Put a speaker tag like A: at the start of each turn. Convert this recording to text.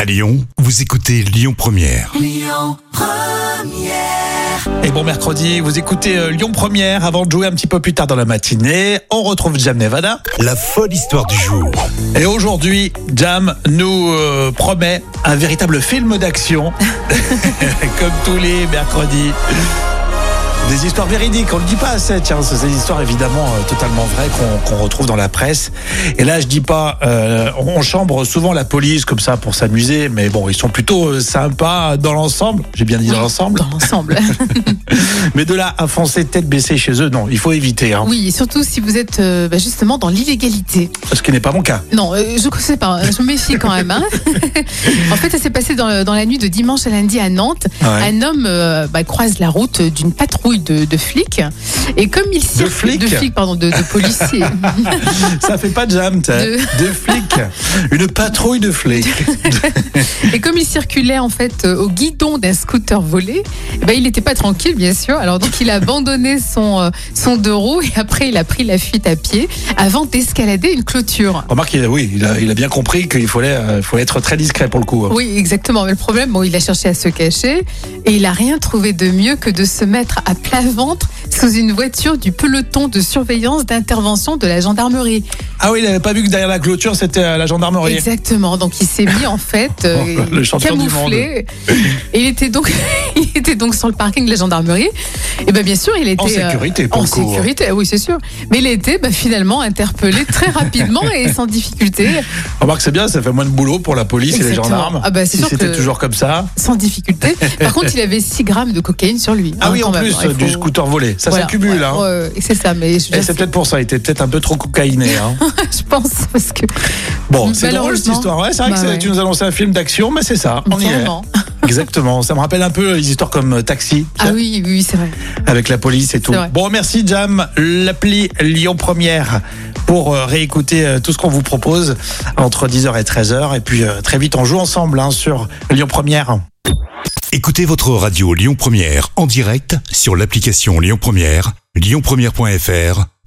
A: À Lyon, vous écoutez Lyon Première.
B: Et bon mercredi, vous écoutez euh, Lyon Première avant de jouer un petit peu plus tard dans la matinée. On retrouve Jam Nevada.
A: La folle histoire du jour.
B: Et aujourd'hui, Jam nous euh, promet un véritable film d'action, comme tous les mercredis. Des histoires véridiques, on ne dit pas assez, tiens, c'est des histoires évidemment euh, totalement vraies qu'on qu'on retrouve dans la presse. Et là, je dis pas, euh, on chambre souvent la police comme ça pour s'amuser, mais bon, ils sont plutôt euh, sympas dans l'ensemble. J'ai bien dit dans l'ensemble.
C: Dans l'ensemble.
B: Mais de là à foncer tête baissée chez eux, non, il faut éviter. Hein,
C: oui, et surtout si vous êtes euh, bah, justement dans l'illégalité.
B: Ce qui n'est pas mon cas.
C: Non, euh, je ne sais pas, hein, je me méfie quand même. hein. en fait, ça s'est passé dans, le- dans la nuit de dimanche à lundi à Nantes.
B: Ah Ouais.
C: Un homme euh, bah, croise la route d'une patrouille de, de flics. Et comme il circule.
B: flics
C: pardon, de, de policiers.
B: Ça fait pas de jam, t'as.
C: De-
B: Deux flics. Une patrouille de flics.
C: et comme il circulait en fait euh, au guidon d'un scooter volé, eh ben, il n'était pas tranquille, bien sûr. Alors donc, il a abandonné son, euh, son deux roues et après, il a pris la fuite à pied avant d'escalader une clôture.
B: Remarque, il a, oui, il a, il a bien compris qu'il fallait, euh, il fallait être très discret pour le coup. hein.
C: Oui, exactement. Mais le problème, bon, il a cherché à se cacher et il a rien trouvé de mieux que de se mettre à plat ventre sous une voiture du peloton de surveillance d'intervention de la gendarmerie.
B: Ah oui, il n'avait pas vu que derrière la clôture, c'était euh, la gendarmerie.
C: Exactement. Donc il s'est mis en fait euh,
B: Oh, Le champion du
C: camouflé. Et il était donc, il était donc sur le parking de la gendarmerie. Et bien bien sûr, il était
B: En
C: euh,
B: sécurité, pour
C: en
B: le coup. hein.
C: sécurité. Oui, c'est sûr. Mais il était bah, finalement interpellé très rapidement et sans difficulté.
B: Remarque, c'est bien, ça fait moins de boulot pour la police et les
C: Exactement.
B: gendarmes.
C: Ah bah, c'est
B: si
C: sûr
B: c'était
C: que-
B: toujours comme ça.
C: sans difficulté. Par contre, il avait 6 grammes de cocaïne sur lui.
B: Ah
C: hein,
B: oui,
C: quand
B: en
C: même.
B: plus,
C: Alors, il
B: du
C: faut-
B: scooter volé. Ça
C: Voilà,
B: s'accumule,
C: ouais,
B: hein.
C: ouais, ouais, c'est ça, mais je,
B: Et
C: je-
B: c'est peut-être pour ça, il était peut-être un peu trop cocaïné. Hein.
C: je pense parce que
B: Bon, c'est drôle cette
C: Malheureusement.
B: histoire. Ouais, c'est vrai que
C: Bah
B: c'est-
C: ouais.
B: tu nous as lancé un film d'action, mais c'est ça. On y est.
C: vraiment.
B: Exactement. Ça me rappelle un peu les histoires comme euh, Taxi.
C: Ah oui, oui, c'est vrai.
B: avec la police et tout.
C: C'est vrai.
B: Bon, merci Jam, l'appli Lyon Première pour euh, réécouter euh, tout ce qu'on vous propose entre 10h et 13h. Et puis euh, très vite, on joue ensemble hein, sur Lyon Première.
A: Écoutez votre radio Lyon Première en direct sur l'application Lyon Première, lyonpremière.fr